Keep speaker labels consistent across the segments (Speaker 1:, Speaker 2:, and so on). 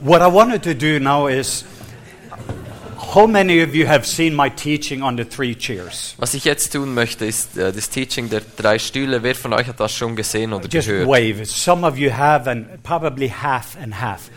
Speaker 1: What I wanted to do now is how many of you have seen my teaching on the three cheers?
Speaker 2: Was ich jetzt tun möchte, ist äh, das Teaching der drei Stühle. Wer von euch hat das schon gesehen oder
Speaker 1: Just
Speaker 2: gehört?
Speaker 1: wave. Some of you have, and probably half and half.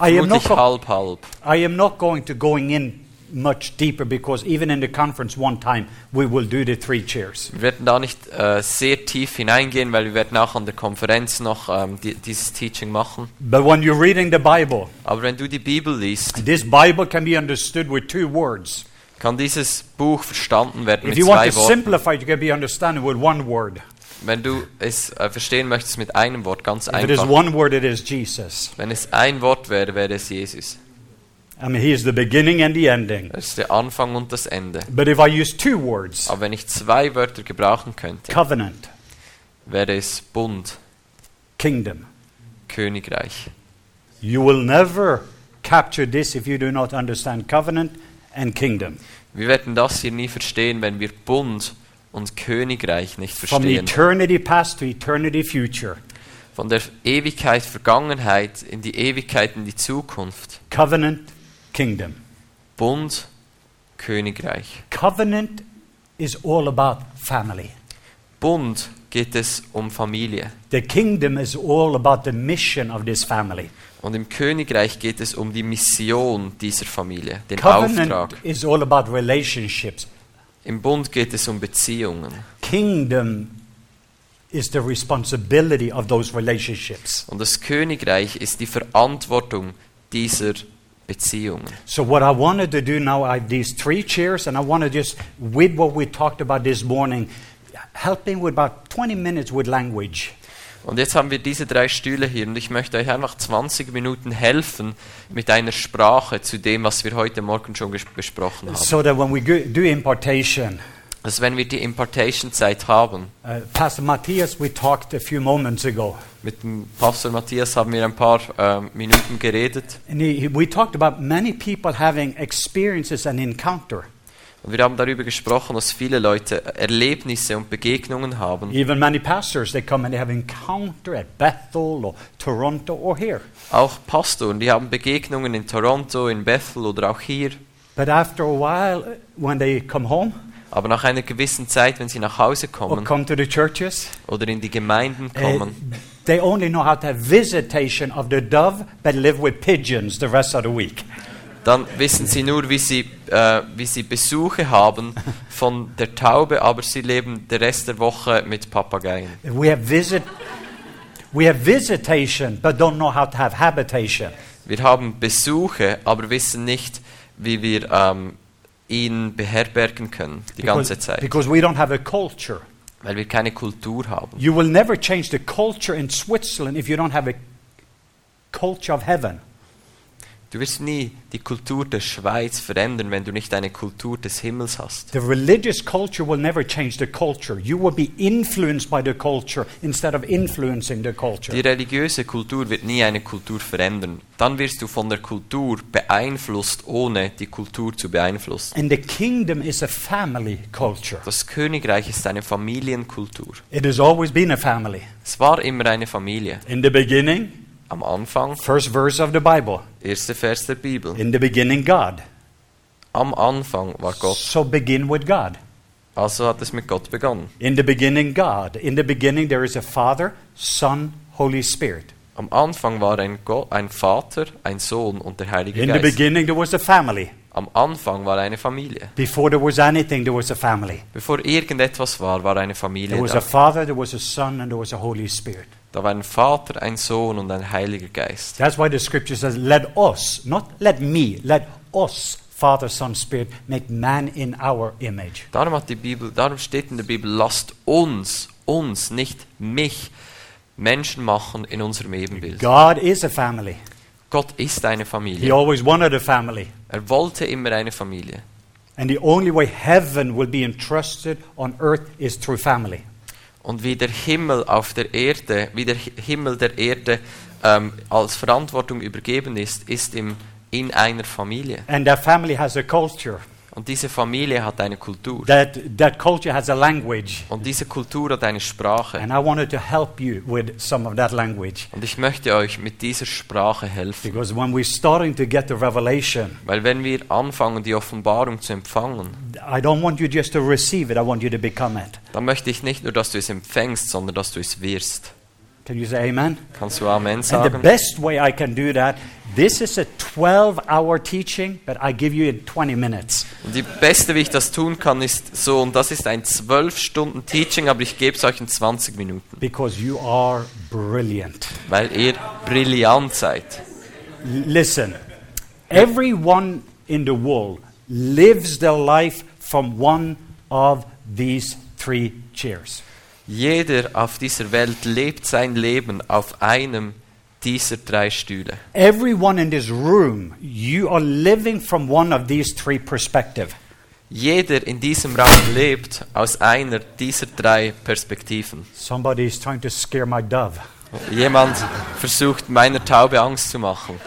Speaker 1: I am not.
Speaker 2: Vermutlich
Speaker 1: go-
Speaker 2: halb, halb.
Speaker 1: I am not going to going in much deeper because even in the conference one time we will do the three cheers.
Speaker 2: Wir werden da nicht äh, sehr tief hineingehen, weil wir werden auch an der Konferenz noch ähm, die, dieses Teaching machen.
Speaker 1: But when you're reading the Bible,
Speaker 2: Aber wenn du die Bibel liest,
Speaker 1: this Bible can be understood with two words.
Speaker 2: kann dieses Buch verstanden werden
Speaker 1: If
Speaker 2: mit
Speaker 1: you want to
Speaker 2: zwei Worten.
Speaker 1: simplify it, you can be understood with one word.
Speaker 2: Wenn du es äh, verstehen möchtest mit einem Wort, ganz
Speaker 1: If it is
Speaker 2: einfach.
Speaker 1: one word, it is Jesus.
Speaker 2: Wenn es ein Wort wäre, wäre es Jesus.
Speaker 1: I mean, He is the beginning and the ending.
Speaker 2: Er ist der Anfang und das Ende.
Speaker 1: But if I use two words,
Speaker 2: Aber wenn ich zwei Wörter gebrauchen könnte,
Speaker 1: covenant,
Speaker 2: wäre es Bund,
Speaker 1: kingdom,
Speaker 2: Königreich.
Speaker 1: you will never capture this if you do not understand covenant and kingdom.
Speaker 2: Wir werden das hier nie verstehen, wenn wir Bund und Königreich nicht
Speaker 1: From
Speaker 2: verstehen.
Speaker 1: eternity past to eternity future.
Speaker 2: Von der Ewigkeit Vergangenheit in die Ewigkeit in die Zukunft.
Speaker 1: covenant kingdom.
Speaker 2: Bund, Königreich.
Speaker 1: Covenant is all about family.
Speaker 2: Bund geht es um Familie.
Speaker 1: The kingdom is all about the mission of this family.
Speaker 2: Und im Königreich geht es um die Mission dieser Familie, den
Speaker 1: Covenant
Speaker 2: Auftrag.
Speaker 1: is all about relationships.
Speaker 2: Im Bund geht es um Beziehungen.
Speaker 1: Kingdom is the responsibility of those relationships.
Speaker 2: Und das Königreich ist die Verantwortung dieser Beziehungen.
Speaker 1: So what I wanted to do now, I have these three chairs, and I want to just, with what we talked about this morning, helping with about 20 minutes with language.
Speaker 2: Und jetzt haben wir diese drei Stühle hier und ich möchte euch einfach 20 Minuten helfen mit einer Sprache zu dem, was wir heute Morgen schon ges- besprochen haben.
Speaker 1: So that when we go, do impartation,
Speaker 2: Also wenn wir die Impartation-Zeit haben,
Speaker 1: uh, Pastor Matthias, we talked a few moments ago.
Speaker 2: mit dem Pastor Matthias haben wir ein paar ähm, Minuten geredet
Speaker 1: And he, he- we talked about many people having experiences and encounter.
Speaker 2: und wir haben darüber gesprochen, dass viele Leute Erlebnisse und Begegnungen haben.
Speaker 1: Even many pastors, they come and they have encounter at Bethel or Toronto or here.
Speaker 2: Auch Pastoren, die haben Begegnungen in Toronto, in Bethel oder auch hier.
Speaker 1: But after a while, uh, when they come home
Speaker 2: Aber nach einer gewissen Zeit, wenn sie nach Hause
Speaker 1: or
Speaker 2: kommen
Speaker 1: come to the churches,
Speaker 2: oder in die Gemeinden
Speaker 1: uh,
Speaker 2: kommen,
Speaker 1: they only know how to have visitation of the dove, but live with pigeons the rest of the week.
Speaker 2: dann wissen sie nur, wie sie, äh, wie sie Besuche haben von der Taube, aber sie leben den Rest der Woche mit Papageien.
Speaker 1: We have visit, we have visitation, but don't know how to have habitation.
Speaker 2: Wir haben Besuche, aber wissen nicht, wie wir ähm, ihn beherbergen können die ganze Zeit,
Speaker 1: because we don't have a culture.
Speaker 2: weil wir keine Kultur haben.
Speaker 1: You will never change the culture in Switzerland if you don't have a culture of heaven.
Speaker 2: Du wirst nie die Kultur der Schweiz verändern, wenn du nicht eine Kultur des Himmels hast.
Speaker 1: The religious culture will never change the culture. You will be influenced by the culture instead of influencing the
Speaker 2: Die
Speaker 1: culture.
Speaker 2: religiöse Kultur wird nie eine Kultur verändern. Dann wirst du von der Kultur beeinflusst, ohne die Kultur zu beeinflussen.
Speaker 1: And the kingdom is a family culture.
Speaker 2: Das Königreich ist eine Familienkultur.
Speaker 1: It has always been a family.
Speaker 2: Es war immer eine Familie.
Speaker 1: In the beginning,
Speaker 2: Am Anfang,
Speaker 1: first verse of the Bible,
Speaker 2: erster Vers der Bibel.
Speaker 1: in the beginning, God.
Speaker 2: Am Anfang war Gott,
Speaker 1: So begin with God.
Speaker 2: also hat es mit Gott begonnen.
Speaker 1: In the beginning, God. In the beginning, there is a Father, Son, Holy Spirit.
Speaker 2: Am Anfang war ein, Gott, ein Vater, ein Sohn und der Heilige
Speaker 1: In the
Speaker 2: Geist.
Speaker 1: beginning, there was a family.
Speaker 2: Am Anfang war eine Familie.
Speaker 1: Before there was anything, there was a family.
Speaker 2: Bevor irgendetwas war, war eine
Speaker 1: There
Speaker 2: Familie
Speaker 1: was a
Speaker 2: da.
Speaker 1: Father, there was a Son, and there was a Holy Spirit.
Speaker 2: Da war ein Vater, ein Sohn und ein Heiliger Geist.
Speaker 1: That's why the scripture says, Let us, not let me, let us, Father, Son, Spirit, make man in our image.
Speaker 2: Darum, hat die Bibel, darum steht in der Bibel, lasst uns, uns, nicht mich, Menschen machen in unserem Ebenbild.
Speaker 1: God is a family.
Speaker 2: Gott ist eine
Speaker 1: He
Speaker 2: Familie.
Speaker 1: always wanted a family.
Speaker 2: Er wollte immer eine Familie.
Speaker 1: And the only way heaven will be entrusted on earth is through family.
Speaker 2: Und wie der Himmel auf der Erde, wie der Hi- Himmel der Erde ähm, als Verantwortung übergeben ist, ist im, in einer Familie.
Speaker 1: And that family has a culture.
Speaker 2: Und diese Familie hat eine Kultur.
Speaker 1: That, that culture has a language.
Speaker 2: Und diese Kultur hat eine Sprache.
Speaker 1: And I wanted to help you with some of that language.
Speaker 2: Und ich möchte euch mit dieser Sprache helfen.
Speaker 1: Because when we're starting to get the revelation,
Speaker 2: Weil wenn wir anfangen, die Offenbarung zu empfangen,
Speaker 1: I don't want you just to receive it, I want you to become it.
Speaker 2: dann möchte ich nicht nur, dass du es empfängst, sondern dass du es wirst.
Speaker 1: Can you say amen?
Speaker 2: Kannst du Amen
Speaker 1: And the
Speaker 2: sagen?
Speaker 1: best way I can do that, this is a 12 hour teaching, but I give you in 20 minutes.
Speaker 2: Und die beste, wie ich das tun kann, ist so, und das ist ein 12-Stunden-Teaching, aber ich gebe es euch in 20 Minuten,
Speaker 1: Because you are brilliant.
Speaker 2: weil ihr brillant seid.
Speaker 1: L- Listen, everyone in the world lives their life from one of these three chairs.
Speaker 2: Jeder auf dieser Welt lebt sein Leben auf einem dieser drei Stühle.
Speaker 1: Everyone in this room, you are living from one of these three perspectives.
Speaker 2: Jeder in diesem Raum lebt aus einer dieser drei Perspektiven.
Speaker 1: Somebody is trying to scare my dove.
Speaker 2: Jemand versucht, meiner Taube Angst zu machen.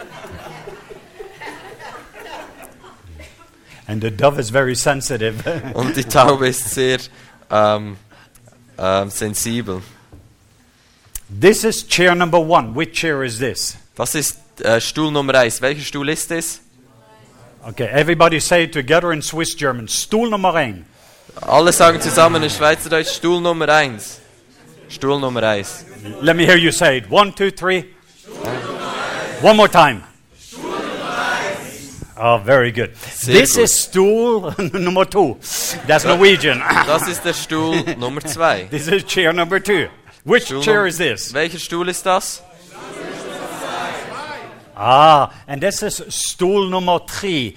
Speaker 1: And the dove is very sensitive.
Speaker 2: Und die Taube ist sehr ähm, ähm, sensibel.
Speaker 1: this is chair number one. Which chair is this?
Speaker 2: Das ist äh, Stuhl Nummer eins. Welcher Stuhl ist es?
Speaker 1: Okay, everybody say it together in Swiss German. Stuhl Nummer ein.
Speaker 2: Alle sagen zusammen in Schweizerdeutsch Stuhl Nummer eins. Stuhl Nummer eins.
Speaker 1: Let me hear you say it. One, two, three. One more time. Oh, very good.
Speaker 2: Sehr
Speaker 1: This
Speaker 2: gut.
Speaker 1: is stool number two. That's Norwegian.
Speaker 2: Das ist der Stuhl Nummer zwei.
Speaker 1: This is chair number two. Which
Speaker 2: Stuhl
Speaker 1: chair
Speaker 2: Num-
Speaker 1: is this?
Speaker 2: Welcher Stuhl ist das?
Speaker 1: Ah, and this is stool number three.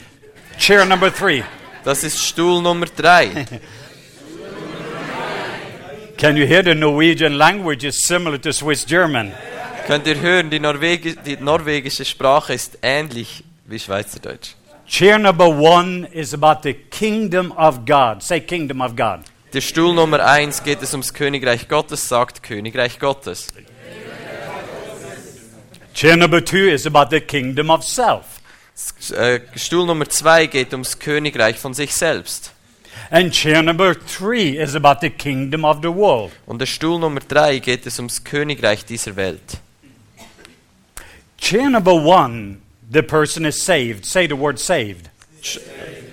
Speaker 1: Chair number three.
Speaker 2: Das ist Stuhl Nummer drei.
Speaker 1: Can you hear the Norwegian language is similar to Swiss German?
Speaker 2: Könnt ihr hören, die, Norwegi die norwegische Sprache ist ähnlich wie Schweizerdeutsch.
Speaker 1: Chair number one is about the kingdom of God. Say kingdom of God.
Speaker 2: Der Stuhl Nummer 1 geht es ums Königreich Gottes, sagt Königreich Gottes.
Speaker 1: Chair number two is about the kingdom of self.
Speaker 2: S- äh, Stuhl Nummer 2 geht ums Königreich von sich selbst.
Speaker 1: And chair number three is about the kingdom of the world.
Speaker 2: Und der Stuhl Nummer 3 geht es ums Königreich dieser Welt.
Speaker 1: Chair number one, the person is saved. Say the word saved.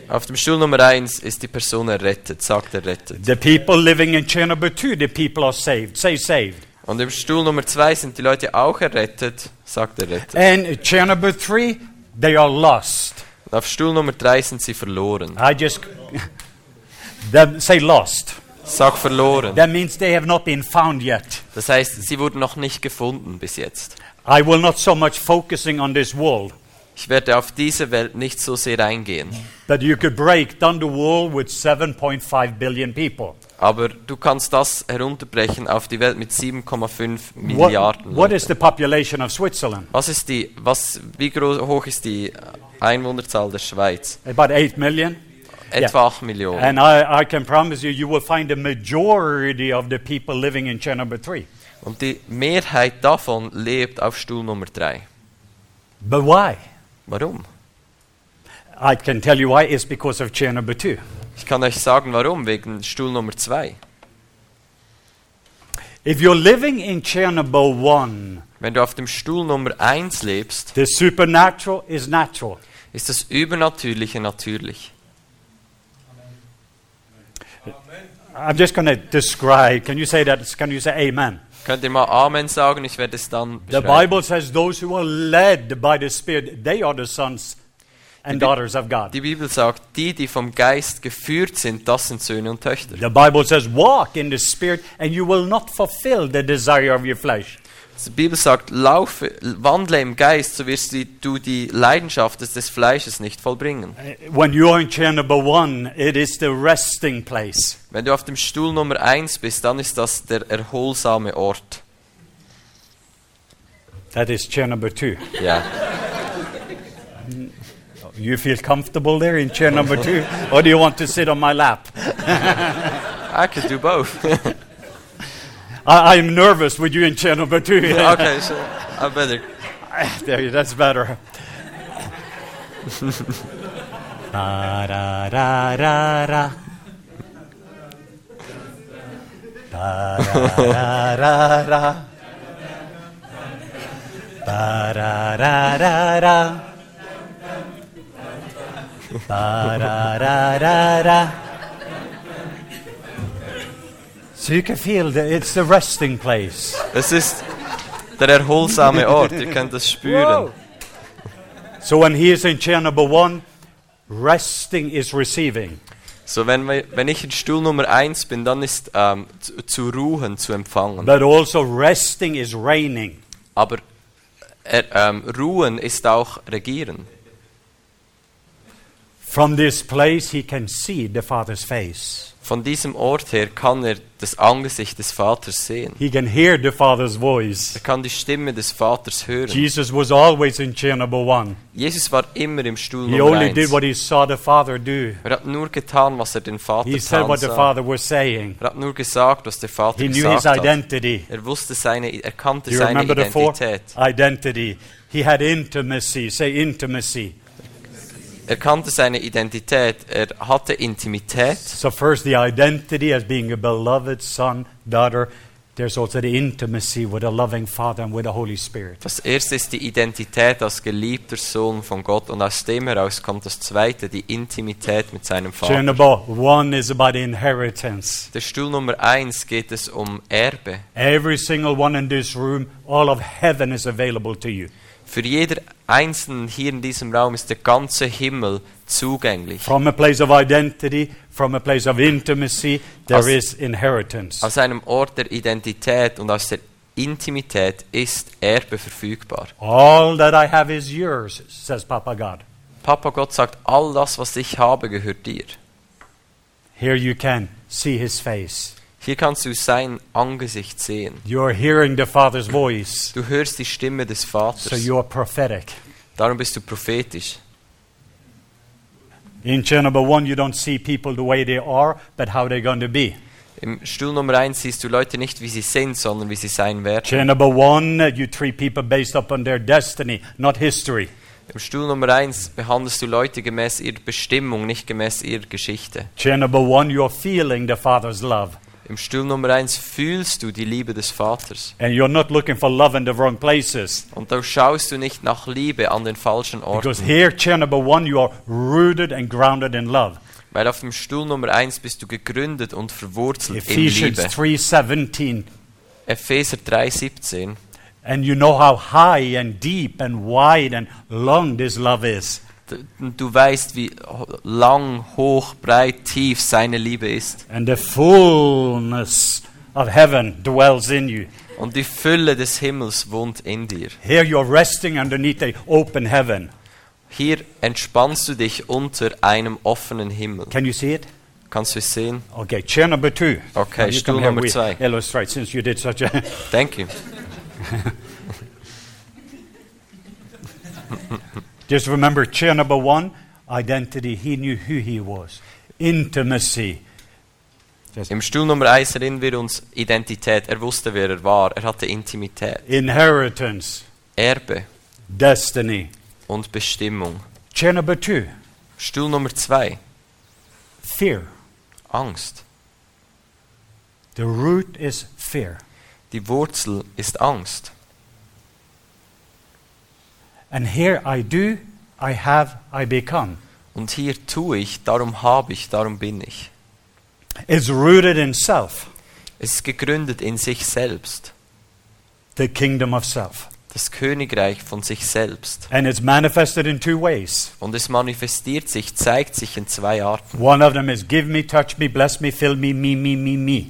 Speaker 2: Auf dem Stuhl Nummer 1 ist die Person errettet, sagt errettet.
Speaker 1: The people living in chair number two, the people are saved. Say saved.
Speaker 2: Und im Stuhl Nummer 2 sind die Leute auch errettet, sagt errettet.
Speaker 1: And chair number three, they are lost.
Speaker 2: Und auf Stuhl Nummer 3 sind sie verloren.
Speaker 1: I just that, say lost.
Speaker 2: Sag verloren.
Speaker 1: That means they have not been found yet.
Speaker 2: Das heißt, sie wurden noch nicht gefunden bis jetzt.
Speaker 1: I will not so much focusing on this world,
Speaker 2: Ich werde auf diese Welt nicht so sehr eingehen.
Speaker 1: but you could break down the world with 7.5 billion people.
Speaker 2: Aber du kannst das herunterbrechen auf die Welt mit 7,5
Speaker 1: What-
Speaker 2: Milliarden.
Speaker 1: what
Speaker 2: Leuten.
Speaker 1: is the population of Switzerland?
Speaker 2: was ist die, was, wie groß, hoch ist die Einwohnerzahl der Schweiz?
Speaker 1: About 8 million.
Speaker 2: Etwa 8 Millionen.
Speaker 1: And I, I can promise you, you will find a majority of the people living in chair number three.
Speaker 2: Und die Mehrheit davon lebt auf Stuhl Nummer 3.
Speaker 1: But why?
Speaker 2: Warum?
Speaker 1: I can tell you why. It's because of chair number two.
Speaker 2: Ich kann euch sagen, warum, wegen Stuhl Nummer 2.
Speaker 1: If you're living in chair number one,
Speaker 2: Wenn du auf dem Stuhl Nummer 1 lebst,
Speaker 1: the supernatural is natural.
Speaker 2: ist das Übernatürliche natürlich.
Speaker 1: I'm just going to describe. Can you say that? Can you say amen?
Speaker 2: Könnt ihr mal Amen sagen? Ich werde es dann
Speaker 1: The
Speaker 2: beschreiben.
Speaker 1: Bible says those who are led by the Spirit, they are the sons and
Speaker 2: Bi-
Speaker 1: daughters of God.
Speaker 2: Die Bibel sagt, die, die vom Geist geführt sind, das sind Söhne und Töchter.
Speaker 1: The Bible says, walk in the Spirit and you will not fulfill the desire of your flesh.
Speaker 2: Die Bibel sagt, laufe, wandle im Geist, so wirst die- du die Leidenschaft des- des Fleisches nicht vollbringen.
Speaker 1: Uh, When you are in chair number one, it is the resting place.
Speaker 2: Wenn du auf dem Stuhl Nummer 1 bist, dann ist das der erholsame Ort.
Speaker 1: That is chair number two.
Speaker 2: Ja.
Speaker 1: You feel comfortable there in chair number two? Or do you want to sit on my lap?
Speaker 2: I could do both.
Speaker 1: I, I'm nervous with you in chair number two.
Speaker 2: Okay, so I better.
Speaker 1: There, that's better. Da, da, da, da, da. Da, da, da, da, da. Da, da, da, da, da. Da, da, da, da, da. So you can feel that it's the resting place.
Speaker 2: Es ist der erholsame Ort, ihr könnt das spüren.
Speaker 1: So when he is in chair number one, resting is receiving.
Speaker 2: So, wenn, wir- wenn ich in Stuhl Nummer 1 bin, dann ist ähm, zu, zu ruhen, zu empfangen.
Speaker 1: But also resting is reigning.
Speaker 2: Aber er, ähm, ruhen ist auch regieren.
Speaker 1: From this place he can see the Father's face.
Speaker 2: Von diesem Ort her kann er das Angesicht des Vaters sehen.
Speaker 1: He can hear the Father's voice.
Speaker 2: Er kann die Stimme des Vaters hören.
Speaker 1: Jesus was always in chair number one.
Speaker 2: Jesus war immer im Stuhl
Speaker 1: He
Speaker 2: Nummer
Speaker 1: only did
Speaker 2: 1.
Speaker 1: what he saw the Father do.
Speaker 2: Er hat nur getan, was er den Vater
Speaker 1: He said
Speaker 2: getan
Speaker 1: what the
Speaker 2: sah.
Speaker 1: Father was saying.
Speaker 2: Er hat nur gesagt, was der Vater
Speaker 1: He knew
Speaker 2: gesagt
Speaker 1: his
Speaker 2: hat.
Speaker 1: identity.
Speaker 2: Er wusste seine, er kannte
Speaker 1: Do you
Speaker 2: seine
Speaker 1: remember the four?
Speaker 2: Identität.
Speaker 1: Identity. He had intimacy. Say intimacy.
Speaker 2: Er kannte seine Identität. Er hatte Intimität.
Speaker 1: So, first, the identity as being a beloved son, daughter. There's also the intimacy with a loving Father and with the Holy Spirit.
Speaker 2: Das erste ist die Identität als geliebter Sohn von Gott und aus dem heraus kommt das zweite, die Intimität mit seinem Vater.
Speaker 1: Chernobyl, one is about inheritance.
Speaker 2: Der Stuhl Nummer 1 geht es um Erbe.
Speaker 1: Every single one in this room, all of heaven is available to you.
Speaker 2: Für jeder Einzelnen hier in diesem Raum ist der ganze Himmel zugänglich.
Speaker 1: From a place of identity, from a place of intimacy,
Speaker 2: Aus-
Speaker 1: there is inheritance.
Speaker 2: Aus einem Ort der Identität und aus der Intimität ist Erbe verfügbar.
Speaker 1: All that I have is yours, says Papa God.
Speaker 2: Papa Gott sagt, all das, was ich habe, gehört dir.
Speaker 1: Here you can see his face.
Speaker 2: Hier kannst du sein Angesicht sehen.
Speaker 1: You're hearing the Father's voice,
Speaker 2: Du hörst die Stimme des
Speaker 1: so
Speaker 2: Vaters.
Speaker 1: you're prophetic.
Speaker 2: Darum bist du prophetisch.
Speaker 1: In chair number one, you don't see people the way they are, but how they're going to be.
Speaker 2: Im Stuhl Nummer 1 siehst du Leute nicht, wie sie sind, sondern wie sie sein werden.
Speaker 1: Chair number one, uh, you treat people based upon their destiny, not history.
Speaker 2: Im Stuhl Nummer 1 behandelst du Leute gemäß ihrer Bestimmung, nicht gemäß ihrer Geschichte.
Speaker 1: Chair number one, you're feeling the Father's love.
Speaker 2: Im Stuhl Nummer 1 fühlst du die Liebe des Vaters.
Speaker 1: And you're not looking for love in the wrong places.
Speaker 2: Und da schaust du nicht nach Liebe an den falschen
Speaker 1: Because
Speaker 2: Orten.
Speaker 1: here, chair number one, you are rooted and grounded in love.
Speaker 2: Weil auf dem Stuhl Nummer 1 bist du gegründet und verwurzelt in
Speaker 1: Ephesians
Speaker 2: Liebe.
Speaker 1: 3.17
Speaker 2: Epheser 3,17.
Speaker 1: And you know how high and deep and wide and long this love is.
Speaker 2: D- Du weißt, wie ho- lang, hoch, breit, tief seine Liebe ist.
Speaker 1: And the fullness of heaven dwells in you.
Speaker 2: Und die Fülle des Himmels wohnt in dir.
Speaker 1: Here you're resting underneath the open heaven.
Speaker 2: Hier entspannst du dich unter einem offenen Himmel.
Speaker 1: Can you see it?
Speaker 2: Kannst du es sehen?
Speaker 1: Okay, chair number two.
Speaker 2: Okay,
Speaker 1: Now you
Speaker 2: stoel
Speaker 1: come here,
Speaker 2: number
Speaker 1: we
Speaker 2: two.
Speaker 1: Illustrate, since you did such a.
Speaker 2: Thank you.
Speaker 1: Just remember chair number one identity. He knew who he was, intimacy.
Speaker 2: Im Stuhl Nummer 1 erinnern wir uns Identität. Er wusste, wer er war. Er hatte Intimität,
Speaker 1: inheritance,
Speaker 2: Erbe
Speaker 1: destiny.
Speaker 2: und Bestimmung.
Speaker 1: Chair number two,
Speaker 2: Stuhl Nummer 2,
Speaker 1: fear.
Speaker 2: Angst.
Speaker 1: The root is fear.
Speaker 2: Die Wurzel ist Angst.
Speaker 1: And here I do, I have, I become.
Speaker 2: Und hier tue ich, darum habe ich, darum bin ich.
Speaker 1: It's rooted in self,
Speaker 2: Es ist gegründet in sich selbst,
Speaker 1: the kingdom of self.
Speaker 2: das Königreich von sich selbst.
Speaker 1: And it's manifested in two ways.
Speaker 2: Und es manifestiert sich, zeigt sich in zwei Arten.
Speaker 1: One of them is give me, touch me, bless me, fill me, me, me, me, me.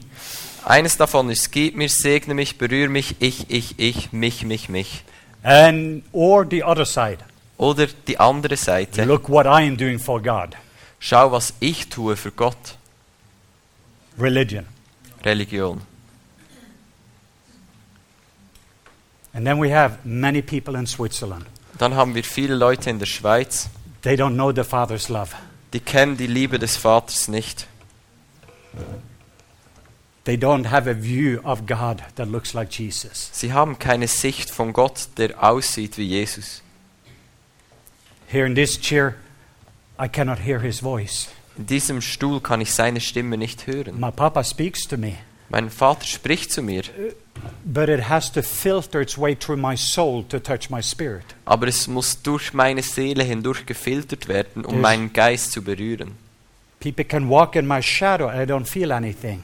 Speaker 2: Eines davon ist, gib mir, segne mich, berühre mich, ich, ich, ich, mich, mich, mich.
Speaker 1: And or the other side.
Speaker 2: Oder die andere Seite,
Speaker 1: Look what I am doing for God.
Speaker 2: schau, was ich tue für Gott,
Speaker 1: Religion.
Speaker 2: Religion.
Speaker 1: And then we have many people in Switzerland.
Speaker 2: Dann haben wir viele Leute in der Schweiz,
Speaker 1: They don't know the Father's love.
Speaker 2: die kennen die Liebe des Vaters nicht.
Speaker 1: They don't have a view of God that looks like Jesus.
Speaker 2: Sie haben keine Sicht von Gott, der aussieht wie Jesus.
Speaker 1: Here in this chair, I cannot hear his voice.
Speaker 2: In diesem Stuhl kann ich seine Stimme nicht hören.
Speaker 1: My papa speaks to me,
Speaker 2: Mein Vater spricht zu mir,
Speaker 1: but it has to filter its way through my soul to touch my spirit.
Speaker 2: aber es muss durch meine Seele hindurch gefiltert werden, um
Speaker 1: Yes.
Speaker 2: meinen Geist zu berühren.
Speaker 1: People can walk in my shadow and I don't feel anything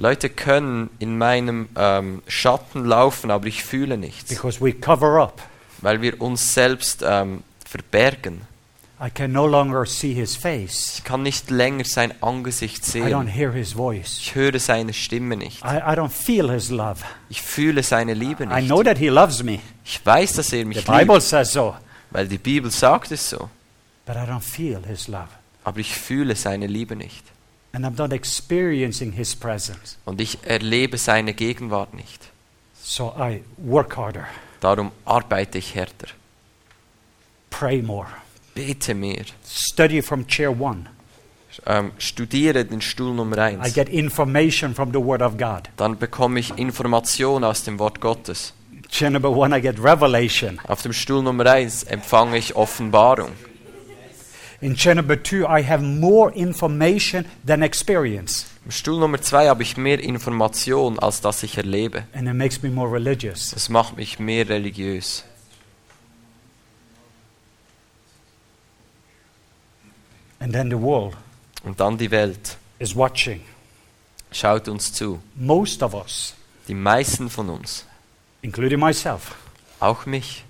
Speaker 2: Leute können in meinem ähm, Schatten laufen, aber ich fühle nichts,
Speaker 1: because we cover up.
Speaker 2: weil wir uns selbst ähm, verbergen.
Speaker 1: I can no longer see his face.
Speaker 2: Ich kann nicht länger sein Angesicht
Speaker 1: I don't
Speaker 2: sehen.
Speaker 1: hear his voice.
Speaker 2: Ich höre seine Stimme nicht.
Speaker 1: I, I don't feel his love.
Speaker 2: Ich fühle seine Liebe
Speaker 1: I know
Speaker 2: nicht.
Speaker 1: that he loves me.
Speaker 2: Ich weiß, dass er
Speaker 1: The
Speaker 2: mich
Speaker 1: Bible
Speaker 2: liebt,
Speaker 1: says so.
Speaker 2: weil die Bibel sagt es so.
Speaker 1: But I don't feel his love.
Speaker 2: Aber ich fühle seine Liebe nicht.
Speaker 1: And I'm not experiencing his presence.
Speaker 2: Und ich erlebe seine Gegenwart nicht.
Speaker 1: So I work harder,
Speaker 2: Darum arbeite ich härter.
Speaker 1: pray more,
Speaker 2: Bete mehr.
Speaker 1: study from chair one.
Speaker 2: Ähm, studiere den Stuhl Nummer
Speaker 1: I
Speaker 2: 1.
Speaker 1: get information from the Word of God.
Speaker 2: Dann bekomme ich Information aus dem Wort Gottes.
Speaker 1: Chair number one, I get revelation.
Speaker 2: Auf dem Stuhl Nummer 1 empfange ich Offenbarung.
Speaker 1: In chair number two, I have more information than experience.
Speaker 2: Im Stuhl Nummer 2 habe ich mehr Information, als dass ich erlebe.
Speaker 1: And it makes me more religious.
Speaker 2: Das macht mich mehr religiös.
Speaker 1: And then the world
Speaker 2: Und dann die Welt
Speaker 1: is watching.
Speaker 2: schaut uns zu.
Speaker 1: Most of us,
Speaker 2: Die meisten von uns,
Speaker 1: including myself,
Speaker 2: auch mich,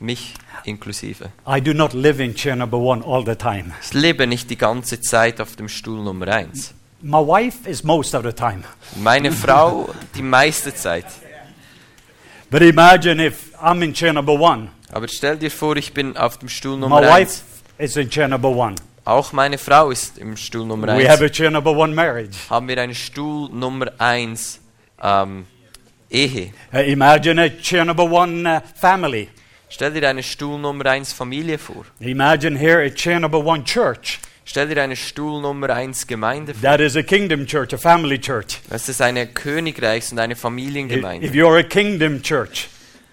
Speaker 2: mich inklusive.
Speaker 1: I do not live in chair number one all the time.
Speaker 2: Ich lebe nicht die ganze Zeit auf dem Stuhl Nummer 1.
Speaker 1: My wife is most of the time.
Speaker 2: Meine Frau die meiste Zeit.
Speaker 1: But imagine if I'm in chair number one,
Speaker 2: Aber stell dir vor, ich bin auf dem Stuhl Nummer
Speaker 1: my
Speaker 2: 1.
Speaker 1: wife is in chair number one.
Speaker 2: Auch meine Frau ist im Stuhl Nummer
Speaker 1: We have
Speaker 2: 1.
Speaker 1: a chair number one marriage.
Speaker 2: Haben wir eine Stuhl Nummer 1 ähm, Ehe.
Speaker 1: Uh, imagine a chair number one uh, family.
Speaker 2: Stell dir eine Stuhl Nummer 1 Familie vor.
Speaker 1: Imagine here a chair number one church.
Speaker 2: Stell dir eine Stuhl Nummer 1 Gemeinde vor.
Speaker 1: That is a kingdom church, a family church.
Speaker 2: Das ist eine Königreichs- und eine
Speaker 1: I- If
Speaker 2: Familiengemeinde.
Speaker 1: you're a kingdom church,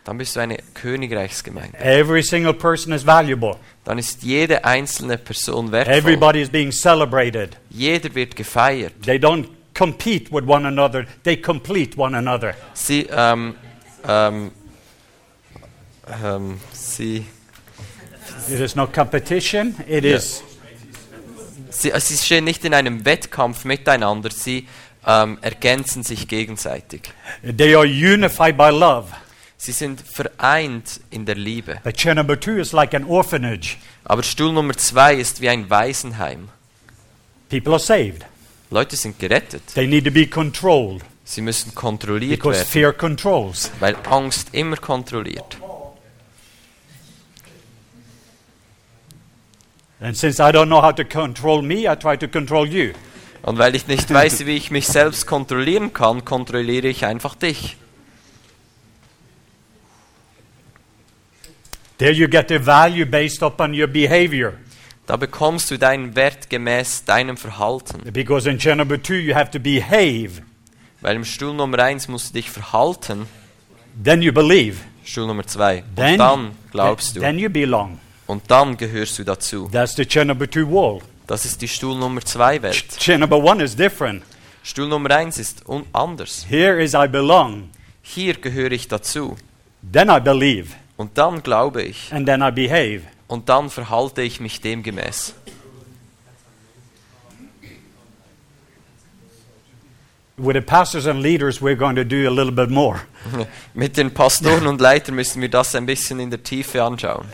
Speaker 2: Dann bist du eine Königreichsgemeinde.
Speaker 1: every single person is valuable.
Speaker 2: Dann ist jede einzelne Person wertvoll.
Speaker 1: Everybody is being celebrated.
Speaker 2: Jeder wird gefeiert.
Speaker 1: They don't compete with one another, they complete one another.
Speaker 2: Sie, ähm, ähm, ähm, sie,
Speaker 1: It is not competition, It is
Speaker 2: sie, äh, sie stehen nicht in einem Wettkampf miteinander, sie ähm, ergänzen sich gegenseitig.
Speaker 1: they are unified by love.
Speaker 2: Sie sind vereint in der Liebe.
Speaker 1: But chair number two is like an orphanage.
Speaker 2: Aber Stuhl Nummer zwei ist wie ein Waisenheim.
Speaker 1: People are saved.
Speaker 2: Leute sind gerettet.
Speaker 1: They need to be controlled
Speaker 2: Sie müssen kontrolliert
Speaker 1: because
Speaker 2: werden,
Speaker 1: fear controls.
Speaker 2: weil Angst immer kontrolliert.
Speaker 1: And since I don't know how to control me, I try to control you.
Speaker 2: Und weil ich nicht weiß, wie ich mich selbst kontrollieren kann, kontrolliere ich einfach dich.
Speaker 1: There you get the value based upon your behavior.
Speaker 2: Da bekommst du deinen Wert gemäß deinem Verhalten.
Speaker 1: Because in chair number two, you have to behave.
Speaker 2: Weil im Stuhl Nummer 1 musst du dich verhalten,
Speaker 1: Then you believe.
Speaker 2: Stuhl Nummer 2. Und
Speaker 1: Then,
Speaker 2: dann glaubst du.
Speaker 1: Then you belong.
Speaker 2: Und dann gehörst du dazu.
Speaker 1: That's the chair number two wall.
Speaker 2: Das ist die Stuhl Nummer 2 Welt.
Speaker 1: Chair number one is different.
Speaker 2: Stuhl Nummer 1 ist un anders.
Speaker 1: Here is I belong.
Speaker 2: Hier gehöre ich dazu.
Speaker 1: Then I believe.
Speaker 2: Und dann glaube ich.
Speaker 1: And then I behave.
Speaker 2: Und dann verhalte ich mich demgemäß.
Speaker 1: With the pastors and leaders, we're going to do a little bit more.
Speaker 2: Mit den Pastoren und Leitern müssen wir das ein bisschen in der Tiefe anschauen.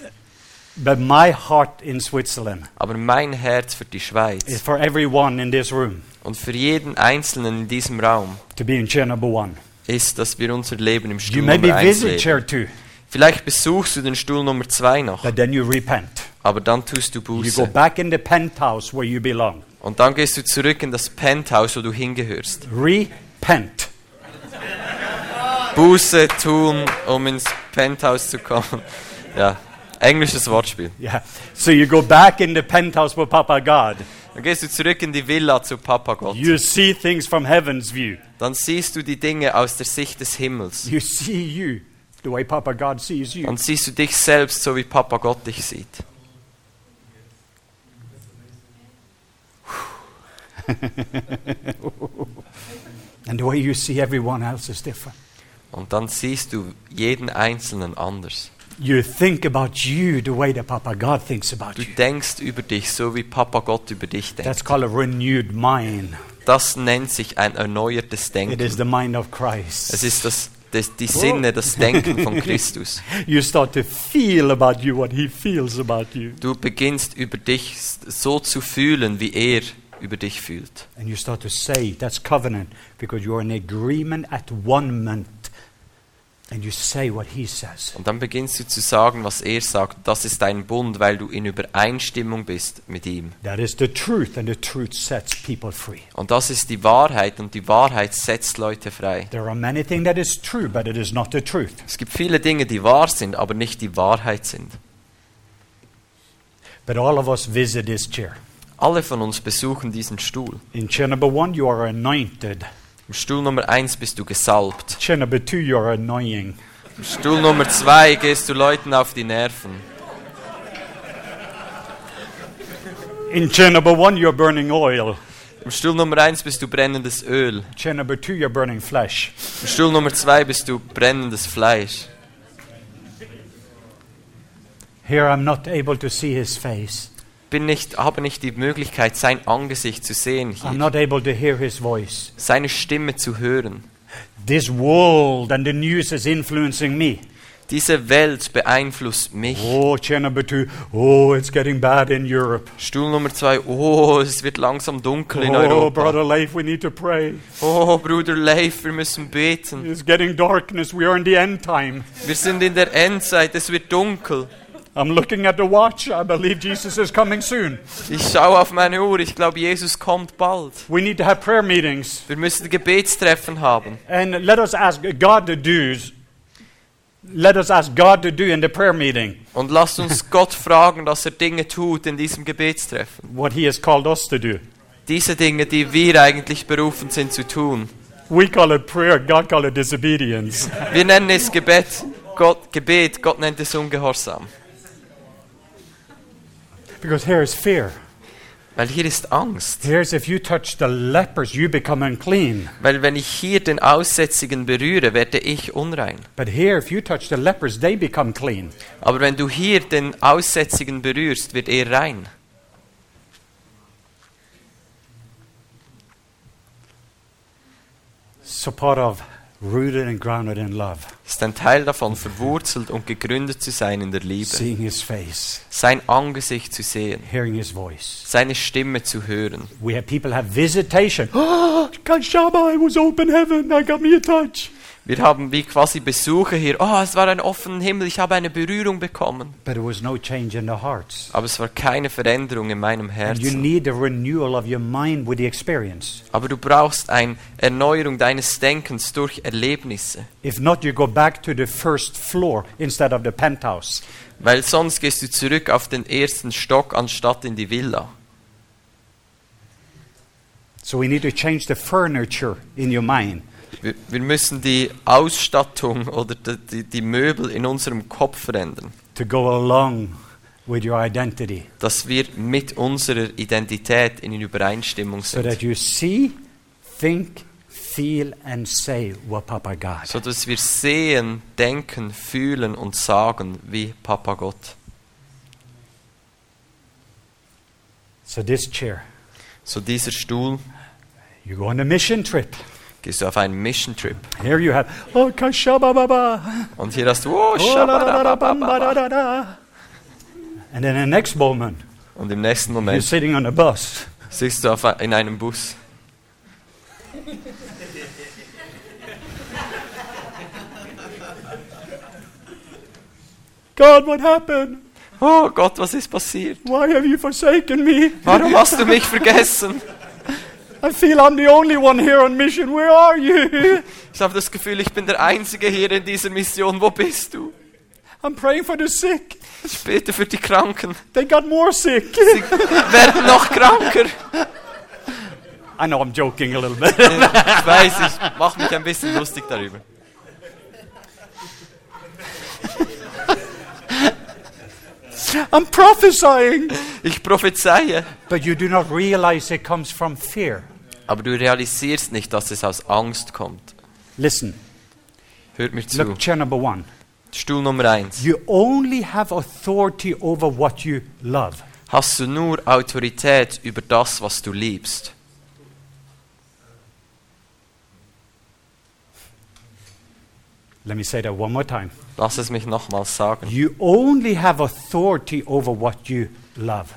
Speaker 1: But my heart in Switzerland
Speaker 2: Aber mein Herz für die
Speaker 1: is
Speaker 2: Schweiz
Speaker 1: for everyone in this room
Speaker 2: und für jeden Einzelnen in diesem Raum
Speaker 1: to be in chair number one.
Speaker 2: ist, dass wir unser Leben im
Speaker 1: You
Speaker 2: Stuhl
Speaker 1: maybe
Speaker 2: Nummer 1
Speaker 1: visit
Speaker 2: leben.
Speaker 1: chair two,
Speaker 2: Vielleicht besuchst du den Stuhl Nummer 2 noch.
Speaker 1: but then you repent.
Speaker 2: Aber dann tust du
Speaker 1: You go
Speaker 2: Buße.
Speaker 1: back in the penthouse where you belong.
Speaker 2: Und dann gehst du zurück in das Penthouse, wo du hingehörst.
Speaker 1: Repent.
Speaker 2: Buße tun, um ins Penthouse zu kommen. Ja, englisches Wortspiel.
Speaker 1: Yeah. So you go back in the penthouse with Papa God.
Speaker 2: Dann gehst du zurück in die Villa zu Papa Gott.
Speaker 1: You see things from heaven's view.
Speaker 2: Dann siehst du die Dinge aus der Sicht des Himmels.
Speaker 1: You see you the way Papa God sees you.
Speaker 2: Dann siehst du dich selbst, so wie Papa Gott dich sieht.
Speaker 1: and the way you see everyone else is different.
Speaker 2: Und dann siehst du jeden Einzelnen anders.
Speaker 1: You think about you the way that Papa God thinks about
Speaker 2: Du
Speaker 1: you.
Speaker 2: denkst über dich, so wie Papa Gott über dich denkt.
Speaker 1: That's called a renewed mind.
Speaker 2: Das nennt sich ein erneuertes
Speaker 1: It
Speaker 2: Denken.
Speaker 1: is the mind of
Speaker 2: Es
Speaker 1: Christ.
Speaker 2: ist das, das, die Sinne, das Denken von Christus.
Speaker 1: You start to feel about you what He feels about you.
Speaker 2: Du beginnst über dich s- so zu fühlen, wie er über dich fühlt.
Speaker 1: And you start to say, that's covenant, because you're in agreement at one moment. And you say what He says.
Speaker 2: Und dann beginnst du zu sagen, was er sagt. Das ist dein Bund, weil du in Übereinstimmung bist mit ihm.
Speaker 1: That is the truth, and the truth sets people free.
Speaker 2: Und das ist die Wahrheit und die Wahrheit setzt Leute frei.
Speaker 1: There are many things that is true, but it is not the truth.
Speaker 2: Es gibt viele Dinge, die wahr sind, aber nicht die Wahrheit sind.
Speaker 1: But all of us visit this chair.
Speaker 2: Alle von uns besuchen diesen Stuhl.
Speaker 1: In chair number one, you are anointed.
Speaker 2: Im Stuhl Nummer 1 bist du gesalbt.
Speaker 1: Chair number two, you are annoying.
Speaker 2: Im Stuhl Nummer 2 gehst du Leuten auf die Nerven.
Speaker 1: In chair number one, you're burning oil.
Speaker 2: Im Stuhl Nummer 1 bist du brennendes Öl.
Speaker 1: Chair number two, you're burning flesh.
Speaker 2: Im Stuhl Nummer 2 bist du brennendes Fleisch.
Speaker 1: Here, I'm not able to see his face.
Speaker 2: Bin nicht, habe nicht die Möglichkeit, sein Angesicht zu sehen
Speaker 1: I'm
Speaker 2: hier.
Speaker 1: not able to hear his voice.
Speaker 2: Seine Stimme zu hören.
Speaker 1: This world and the news is influencing me.
Speaker 2: Diese Welt beeinflusst mich.
Speaker 1: Oh, chair number two. Oh, it's getting bad in Europe.
Speaker 2: Stuhl Nummer 2. Oh, es wird langsam dunkel in
Speaker 1: Oh,
Speaker 2: Europa.
Speaker 1: brother Leif, we need to pray.
Speaker 2: Oh, Bruder Leif, wir müssen beten.
Speaker 1: It's getting darkness. We are in the end time.
Speaker 2: Wir sind in der Endzeit, es wird dunkel.
Speaker 1: I'm looking at the watch. I believe Jesus is coming soon.
Speaker 2: Ich schaue auf meine Uhr, ich glaube, Jesus kommt bald.
Speaker 1: We need to have prayer meetings.
Speaker 2: Wir müssen Gebetstreffen haben.
Speaker 1: And let us ask God to do. Let us ask God to do in the prayer meeting
Speaker 2: Und lasst uns Gott fragen, dass er Dinge tut in diesem Gebetstreffen.
Speaker 1: what He has called us to do.
Speaker 2: Diese Dinge, die wir eigentlich berufen sind zu tun.
Speaker 1: We call it prayer, God call it disobedience.
Speaker 2: Wir nennen es Gebet, Gott, Gebet, Gott nennt es Ungehorsam.
Speaker 1: Because here is fear.
Speaker 2: Weil hier ist Angst.
Speaker 1: Here's if you touch the lepers, you become unclean.
Speaker 2: Weil wenn ich hier den Aussätzigen berühre, werde ich unrein.
Speaker 1: But here, if you touch the lepers, they become clean.
Speaker 2: Aber wenn du hier den Aussätzigen berührst, wird er rein.
Speaker 1: So part of rooted and grounded in love,
Speaker 2: Ist ein Teil davon, verwurzelt und gegründet zu sein in der Liebe.
Speaker 1: seeing His face,
Speaker 2: Sein Angesicht zu sehen.
Speaker 1: hearing His voice.
Speaker 2: Seine Stimme zu hören.
Speaker 1: We have people have visitation. Oh, God, Shammah, it was open heaven. I got me a touch.
Speaker 2: Wir haben wie quasi Besucher hier. Oh, es war ein offener Himmel, ich habe eine Berührung bekommen.
Speaker 1: But there was no change in the hearts.
Speaker 2: Aber es war keine Veränderung in meinem
Speaker 1: And you
Speaker 2: Herzen.
Speaker 1: need a renewal of your mind with the experience.
Speaker 2: Aber du brauchst eine Erneuerung deines Denkens durch Erlebnisse.
Speaker 1: If not, you go back to the first floor instead of the penthouse.
Speaker 2: Weil sonst gehst du zurück auf den ersten Stock anstatt in die Villa.
Speaker 1: So we need to change the furniture in your mind.
Speaker 2: Wir, wir müssen die Ausstattung oder die, die, die Möbel in unserem Kopf verändern,
Speaker 1: to go along with your identity
Speaker 2: dass wir mit unserer Identität in Übereinstimmung
Speaker 1: so
Speaker 2: sind.
Speaker 1: that you see, think, feel, and say what Papa God.
Speaker 2: So dass wir sehen, denken, fühlen und sagen wie Papa Gott.
Speaker 1: So, this chair,
Speaker 2: So dieser Stuhl,
Speaker 1: you go on a mission trip.
Speaker 2: gehst du auf einen Mission Trip.
Speaker 1: Here you have, oh, kashabababa,
Speaker 2: Und hier hast du, oh,
Speaker 1: oh, la, la, la, la, bam, ba, da, da,
Speaker 2: shabadabababa.
Speaker 1: da. And then the next moment,
Speaker 2: Und im nächsten
Speaker 1: you're
Speaker 2: Moment
Speaker 1: sitting on a bus.
Speaker 2: sitzt du auf, ein- in einem Bus.
Speaker 1: God, what happened?
Speaker 2: Oh Gott, was ist passiert?
Speaker 1: Why have you forsaken me?
Speaker 2: Warum hast du mich vergessen?
Speaker 1: I feel I'm the only one here on mission. Where are you?
Speaker 2: Ich habe das Gefühl, ich bin der Einzige hier in dieser Mission. Wo bist du?
Speaker 1: I'm praying for the sick.
Speaker 2: Ich bete für die Kranken.
Speaker 1: They got more sick.
Speaker 2: Sie werden noch kranker.
Speaker 1: I know I'm joking a little bit.
Speaker 2: Ich weiß, ich mache mich ein bisschen lustig darüber.
Speaker 1: I'm prophesying.
Speaker 2: Ich prophezeie.
Speaker 1: but you do not realize it comes from fear.
Speaker 2: Aber du realisierst nicht, dass es aus Angst kommt.
Speaker 1: Listen,
Speaker 2: Hört mir zu.
Speaker 1: look, chair number one.
Speaker 2: Stuhl Nummer 1.
Speaker 1: You only have authority over what you love.
Speaker 2: Hast du nur Autorität über das, was du liebst?
Speaker 1: Let me say that one more time.
Speaker 2: Lass es mich nochmals sagen.
Speaker 1: You only have authority over what you love.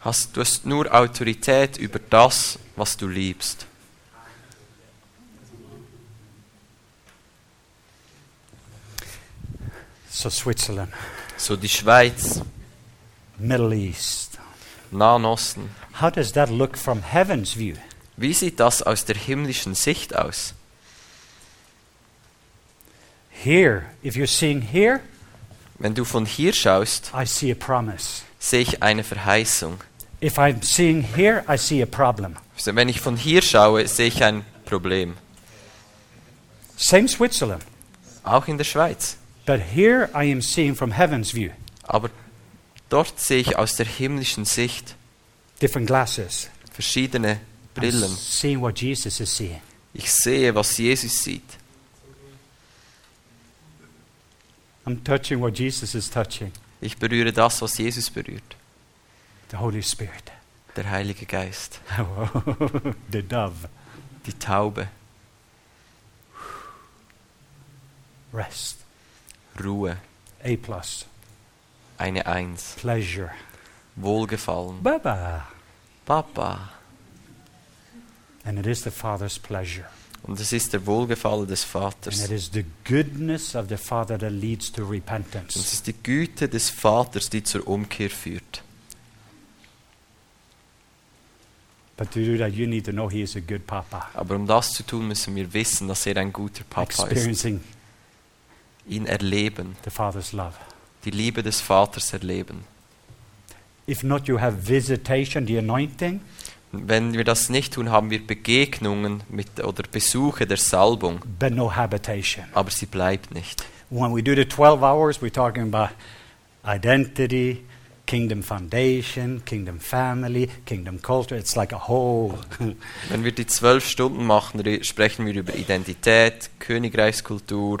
Speaker 2: Hast, du hast nur Autorität über das, was du liebst.
Speaker 1: So, Switzerland,
Speaker 2: So die Schweiz,
Speaker 1: Middle East.
Speaker 2: Nahen Osten.
Speaker 1: How does that look from heaven's view?
Speaker 2: Wie sieht das aus der himmlischen Sicht aus?
Speaker 1: Here, if you're seeing here,
Speaker 2: Wenn du von hier schaust,
Speaker 1: I see a promise.
Speaker 2: sehe ich eine Verheißung.
Speaker 1: If I'm seeing here, I see a problem.
Speaker 2: Also wenn ich von hier schaue, sehe ich ein Problem.
Speaker 1: Same Switzerland,
Speaker 2: Auch in der Schweiz.
Speaker 1: but here I am seeing from heaven's view.
Speaker 2: Aber dort sehe ich aus der himmlischen Sicht
Speaker 1: Different glasses.
Speaker 2: verschiedene
Speaker 1: I'm
Speaker 2: Brillen.
Speaker 1: seeing what Jesus is seeing.
Speaker 2: Ich sehe, was Jesus sieht.
Speaker 1: I'm touching what Jesus is touching
Speaker 2: Ich berühre das, was Jesus berührt.
Speaker 1: the Holy Spirit,
Speaker 2: Der Heilige Geist,
Speaker 1: the dove.
Speaker 2: die Taube,
Speaker 1: Rest,
Speaker 2: Ruhe,
Speaker 1: A plus,
Speaker 2: eine Eins,
Speaker 1: pleasure.
Speaker 2: Wohlgefallen,
Speaker 1: Baba.
Speaker 2: Papa.
Speaker 1: And it is the Father's pleasure.
Speaker 2: Und es ist der Wohlgefallen des
Speaker 1: And
Speaker 2: Vaters.
Speaker 1: it
Speaker 2: Und
Speaker 1: is the goodness of the Father that leads to repentance.
Speaker 2: es ist die Güte des Vaters, die zur Umkehr führt.
Speaker 1: But to do that, you need to know He is a good Papa.
Speaker 2: Aber um das zu tun, müssen wir wissen, dass er ein guter Papa ist.
Speaker 1: Experiencing
Speaker 2: Ihn erleben,
Speaker 1: the Father's love.
Speaker 2: die Liebe des Vaters erleben.
Speaker 1: If not, you have visitation, the anointing,
Speaker 2: Wenn wir das nicht tun, haben wir Begegnungen mit oder Besuche der Salbung,
Speaker 1: but no habitation.
Speaker 2: aber sie bleibt nicht.
Speaker 1: When we do the 12 hours, we're talking about identity, kingdom foundation, kingdom family, kingdom culture. It's like a whole.
Speaker 2: Wenn wir die zwölf Stunden machen, re- sprechen wir über Identität, Königreichskultur,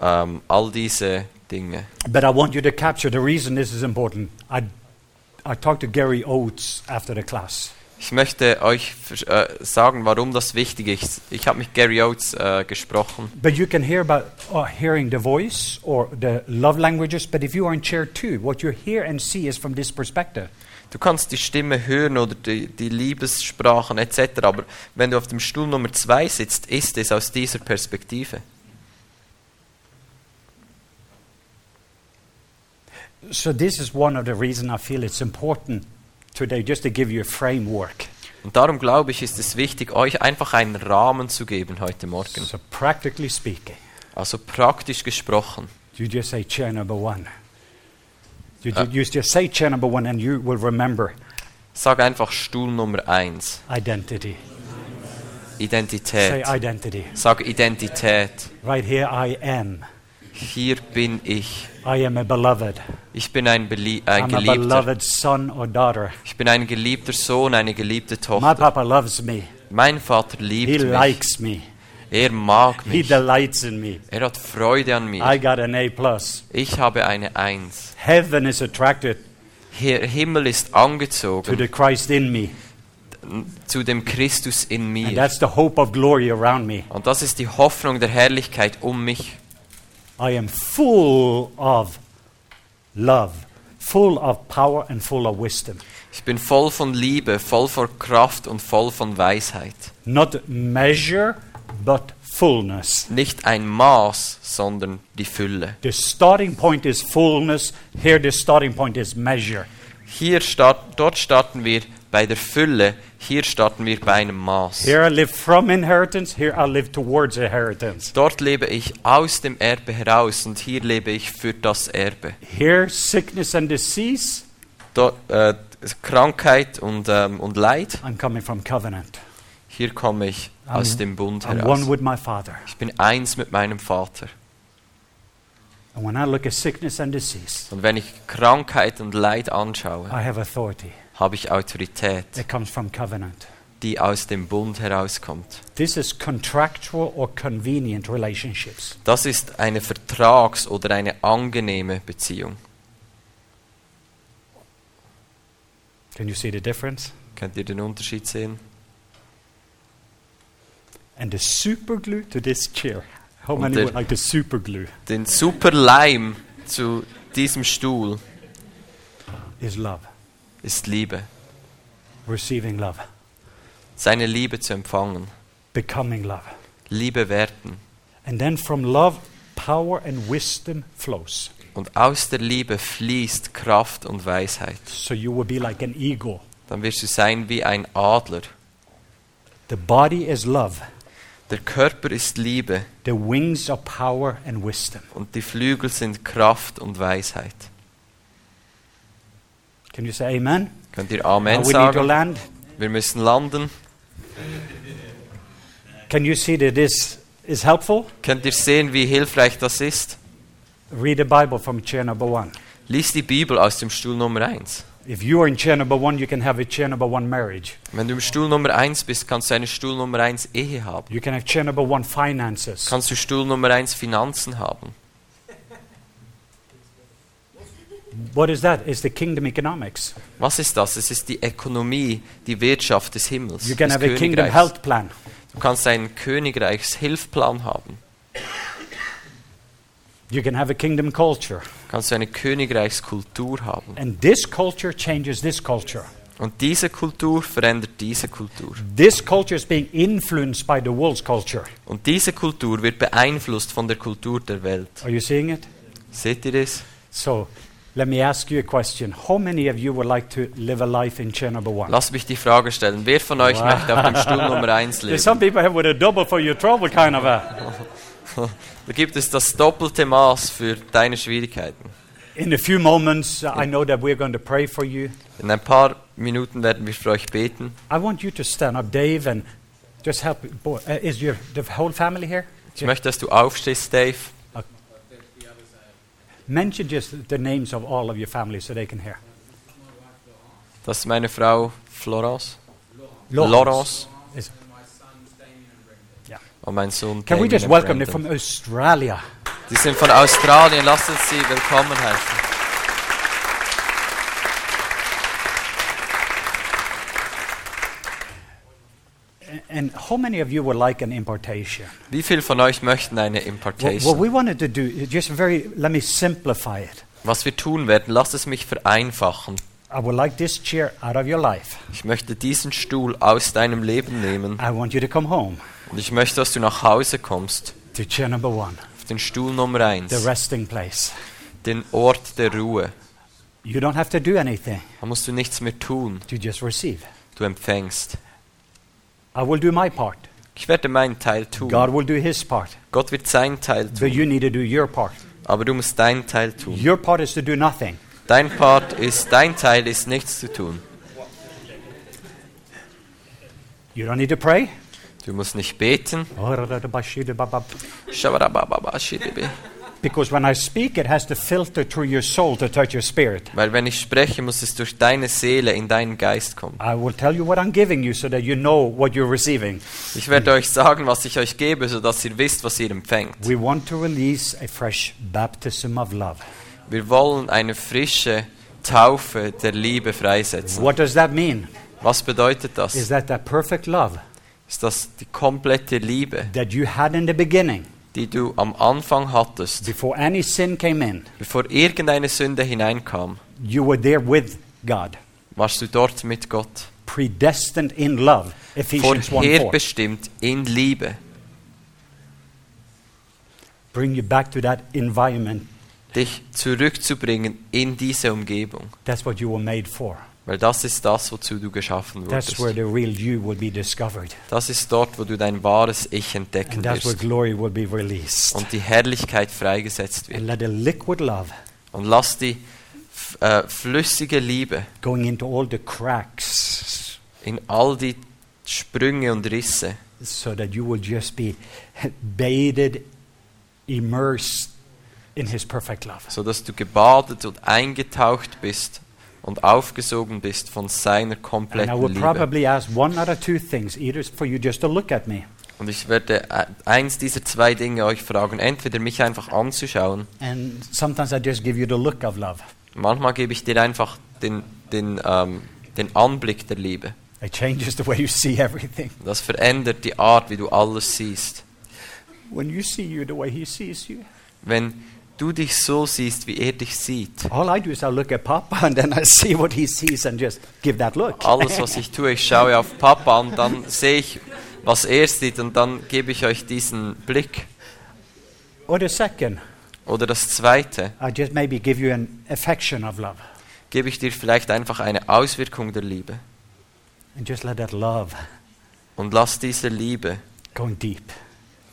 Speaker 2: ähm, all diese Dinge.
Speaker 1: But I want you to capture the reason this is important. I, I talked to Gary Oates after the class.
Speaker 2: Ich möchte euch vers- äh, sagen, warum das wichtig ist. Ich habe mit Gary Oates äh, gesprochen.
Speaker 1: But you can hear about uh, hearing the voice or the love languages. But if you are in chair two, what you hear and see is from this perspective.
Speaker 2: Du kannst die Stimme hören oder die, die Liebessprachen etc., aber wenn du auf dem Stuhl Nummer zwei sitzt, ist es aus dieser Perspektive.
Speaker 1: So this is one of the reasons I feel it's important today, just to give you a framework.
Speaker 2: Und darum glaube ich, ist es wichtig, euch einfach einen Rahmen zu geben heute Morgen.
Speaker 1: So practically speaking,
Speaker 2: Also praktisch gesprochen.
Speaker 1: you just say chair number one. You, ju- you just say chair number one, and you will remember
Speaker 2: Sag einfach Stuhl Nummer 1.
Speaker 1: identity. Say
Speaker 2: Identität.
Speaker 1: identity.
Speaker 2: Sag Identität.
Speaker 1: Right here, I am.
Speaker 2: Hier bin ich.
Speaker 1: I am a beloved.
Speaker 2: Ich bin ein, Belie ein
Speaker 1: I'm a
Speaker 2: geliebter.
Speaker 1: beloved son or daughter.
Speaker 2: Ich bin ein geliebter Sohn, eine geliebte
Speaker 1: My
Speaker 2: Tochter.
Speaker 1: papa loves me.
Speaker 2: Mein Vater
Speaker 1: He
Speaker 2: liebt mich.
Speaker 1: likes me.
Speaker 2: Er mag
Speaker 1: He
Speaker 2: mich.
Speaker 1: delights in me.
Speaker 2: Er hat Freude an mir.
Speaker 1: I got an A plus.
Speaker 2: Ich habe eine Eins.
Speaker 1: Heaven is attracted
Speaker 2: Der Himmel ist
Speaker 1: to
Speaker 2: angezogen
Speaker 1: the Christ in me.
Speaker 2: zu dem Christus in
Speaker 1: And
Speaker 2: mir.
Speaker 1: that's the hope of glory around me.
Speaker 2: Und das ist die Hoffnung der Herrlichkeit um mich.
Speaker 1: I am full of love, full of power, and full of wisdom.
Speaker 2: Ich bin voll von Liebe, voll von Kraft und voll von Weisheit.
Speaker 1: Not measure, but fullness.
Speaker 2: Nicht ein Maß, sondern die Fülle.
Speaker 1: The starting point is fullness. Here, the starting point is measure.
Speaker 2: Hier start, dort starten wir bei der Fülle, hier starten wir bei einem Maß.
Speaker 1: Here I live from inheritance, here I live towards inheritance.
Speaker 2: Dort lebe ich aus dem Erbe heraus und hier lebe ich für das Erbe.
Speaker 1: Here, sickness and disease,
Speaker 2: Dort, äh, Krankheit und, ähm, und Leid,
Speaker 1: I'm coming from covenant.
Speaker 2: hier komme ich
Speaker 1: Amen.
Speaker 2: aus dem Bund
Speaker 1: I'm one
Speaker 2: heraus.
Speaker 1: with my Father.
Speaker 2: Ich bin eins mit meinem Vater.
Speaker 1: And when I look at sickness and disease,
Speaker 2: Und wenn ich Krankheit und Leid anschaue,
Speaker 1: I have authority
Speaker 2: habe ich Autorität,
Speaker 1: that comes from covenant.
Speaker 2: die aus dem Bund herauskommt.
Speaker 1: This is contractual or convenient relationships.
Speaker 2: Das ist eine Vertrags- oder eine angenehme Beziehung.
Speaker 1: Can you see the difference?
Speaker 2: Könnt ihr den Unterschied sehen?
Speaker 1: And the super glue to this chair. How
Speaker 2: Und
Speaker 1: many
Speaker 2: der-
Speaker 1: would like the super glue?
Speaker 2: Den Superleim zu diesem Stuhl
Speaker 1: Is love.
Speaker 2: ist Liebe.
Speaker 1: Receiving love.
Speaker 2: Seine Liebe zu empfangen,
Speaker 1: Becoming love.
Speaker 2: Liebe werden.
Speaker 1: And then from love, power and wisdom flows.
Speaker 2: Und aus der Liebe fließt Kraft und Weisheit.
Speaker 1: So you will be like an eagle.
Speaker 2: Dann wirst du sein wie ein Adler.
Speaker 1: The body is love.
Speaker 2: Der Körper ist Liebe
Speaker 1: The wings are power and wisdom.
Speaker 2: und die Flügel sind Kraft und Weisheit.
Speaker 1: Can you say amen?
Speaker 2: Könnt ihr
Speaker 1: Now
Speaker 2: Amen
Speaker 1: we need to
Speaker 2: sagen?
Speaker 1: land.
Speaker 2: Wir müssen landen.
Speaker 1: Can you see that this is helpful?
Speaker 2: Könnt ihr sehen, wie hilfreich das ist?
Speaker 1: Read the Bible from chair number one.
Speaker 2: Lies die Bibel aus dem Stuhl Nummer 1.
Speaker 1: If you are in chair number one, you can have a chair number one marriage.
Speaker 2: Wenn du im Stuhl Nummer 1 bist, kannst du eine Stuhl Nummer 1 Ehe haben.
Speaker 1: You can have chair number one finances.
Speaker 2: Kannst du Stuhl Nummer 1 Finanzen haben.
Speaker 1: What is that? It's the kingdom economics.
Speaker 2: Was ist das? Es ist die Ökonomie, die Wirtschaft des Himmels.
Speaker 1: You can
Speaker 2: des
Speaker 1: have a kingdom
Speaker 2: Königreichs.
Speaker 1: health plan.
Speaker 2: Du kannst einen Königreichshilfplan haben.
Speaker 1: You can have a kingdom culture.
Speaker 2: Kannst du eine Königreichskultur haben.
Speaker 1: And this culture changes this culture.
Speaker 2: Und diese Kultur verändert diese Kultur.
Speaker 1: This culture is being influenced by the world's culture.
Speaker 2: Und diese Kultur wird beeinflusst von der Kultur der Welt.
Speaker 1: Are you seeing it?
Speaker 2: Seht ihr das?
Speaker 1: So let me ask you a question. How many of you would like to live a life in chair number one?
Speaker 2: Lass mich die Frage stellen. Wer von euch möchte auf dem Stuhl Nummer 1
Speaker 1: There's
Speaker 2: leben?
Speaker 1: some people here with a double for your trouble kind of a.
Speaker 2: Da gibt es das doppelte Maß für deine Schwierigkeiten.
Speaker 1: In a few moments, uh, I know that we're going to pray for you.
Speaker 2: In ein paar Minuten werden wir für euch beten.
Speaker 1: I want you to stand up, Dave, and just help. Boy, uh, is your the whole family here?
Speaker 2: Ich möchte, dass du aufstehst, Dave.
Speaker 1: Mention just the names of all of your family so they can hear.
Speaker 2: Das ist meine Frau Florence. Laurence.
Speaker 1: Laurence. Is-
Speaker 2: Und mein Sohn
Speaker 1: Can we
Speaker 2: Damien
Speaker 1: just
Speaker 2: und
Speaker 1: welcome them
Speaker 2: Brandon.
Speaker 1: from Australia?
Speaker 2: Die sind von Australien. Lasst uns sie willkommen heißen.
Speaker 1: A- And how many of you would like an impartation?
Speaker 2: Wie viele von euch möchten eine
Speaker 1: What, what
Speaker 2: Importation?
Speaker 1: we wanted to do, is just very, let me simplify it.
Speaker 2: Was wir tun werden, lasst es mich vereinfachen.
Speaker 1: I would like this chair out of your life.
Speaker 2: Ich möchte diesen Stuhl aus deinem Leben nehmen
Speaker 1: I want you to come home
Speaker 2: und ich möchte, dass du nach Hause kommst.
Speaker 1: to chair number one,
Speaker 2: Auf den Stuhl Nummer
Speaker 1: the
Speaker 2: 1,
Speaker 1: resting place.
Speaker 2: den Ort der Ruhe.
Speaker 1: You don't have to do anything,
Speaker 2: Da musst du nichts mehr tun,
Speaker 1: you just receive.
Speaker 2: du empfängst.
Speaker 1: I will do my part.
Speaker 2: Ich werde meinen Teil tun.
Speaker 1: God will do his part.
Speaker 2: Gott wird seinen Teil
Speaker 1: But
Speaker 2: tun,
Speaker 1: you need to do your part.
Speaker 2: aber du musst deinen Teil tun.
Speaker 1: Your part is to do nothing.
Speaker 2: Dein Part ist, dein Teil ist nichts zu tun.
Speaker 1: You don't need to pray.
Speaker 2: Du musst nicht beten.
Speaker 1: Because
Speaker 2: Schabarabababaschidibi.
Speaker 1: when I speak, it has to filter through your soul to touch your spirit.
Speaker 2: Weil wenn ich spreche, muss es durch deine Seele in deinen Geist kommen.
Speaker 1: I will tell you what I'm giving you so that you know what you're receiving.
Speaker 2: Ich werde euch sagen, was ich euch gebe, sodass ihr wisst, was ihr empfängt.
Speaker 1: We want to release a fresh baptism of love.
Speaker 2: Wir wollen eine frische Taufe der Liebe freisetzen.
Speaker 1: What does that mean?
Speaker 2: Was bedeutet
Speaker 1: Is
Speaker 2: das?
Speaker 1: that that perfect love
Speaker 2: Ist das die komplette Liebe,
Speaker 1: that you had in the beginning
Speaker 2: die du am Anfang hattest,
Speaker 1: before any sin came in?
Speaker 2: bevor irgendeine Sünde hineinkam?
Speaker 1: You were there with God,
Speaker 2: Warst du dort mit Gott?
Speaker 1: predestined in love. Ephesians 1 4.
Speaker 2: Vorherbestimmt in Liebe.
Speaker 1: Bring you back to that environment.
Speaker 2: Dich zurückzubringen in diese Umgebung.
Speaker 1: That's what you were made for.
Speaker 2: Weil das ist das, wozu du geschaffen
Speaker 1: That's where
Speaker 2: wurdest.
Speaker 1: the real you will be discovered.
Speaker 2: Das ist dort, wo du dein wahres Ich entdecken
Speaker 1: And that's where
Speaker 2: wirst.
Speaker 1: glory will be released.
Speaker 2: Und die Herrlichkeit freigesetzt wird.
Speaker 1: And let the liquid love
Speaker 2: Und lass die f- äh, flüssige Liebe
Speaker 1: going into all the cracks
Speaker 2: in all die Sprünge und Risse,
Speaker 1: so that you will just be bathed, immersed in his perfect love.
Speaker 2: sodass du gebadet und eingetaucht bist und aufgesogen bist von
Speaker 1: And
Speaker 2: seiner
Speaker 1: I
Speaker 2: kompletten
Speaker 1: will
Speaker 2: Liebe.
Speaker 1: probably ask one out of two things, either for you just to look at me
Speaker 2: Und ich werde äh, eins dieser zwei Dinge euch fragen. Entweder mich einfach anzuschauen.
Speaker 1: And sometimes I just give you the look of love.
Speaker 2: Manchmal gebe ich dir einfach den, den, ähm, den Anblick der Liebe.
Speaker 1: It changes the way you see everything.
Speaker 2: Das verändert die Art, wie du alles siehst.
Speaker 1: When you see you the way he sees you.
Speaker 2: Wenn du dich so siehst, wie er dich sieht,
Speaker 1: All I do is I look at Papa and then I see what he sees and just give that look.
Speaker 2: alles, was ich tue, ich schaue auf Papa und dann sehe ich, was er sieht und dann gebe ich euch diesen Blick.
Speaker 1: Or the second,
Speaker 2: Oder das Zweite,
Speaker 1: I just maybe give you an affection of love
Speaker 2: gebe ich dir vielleicht einfach eine Auswirkung der Liebe
Speaker 1: and just let that love
Speaker 2: und lass diese Liebe
Speaker 1: going deep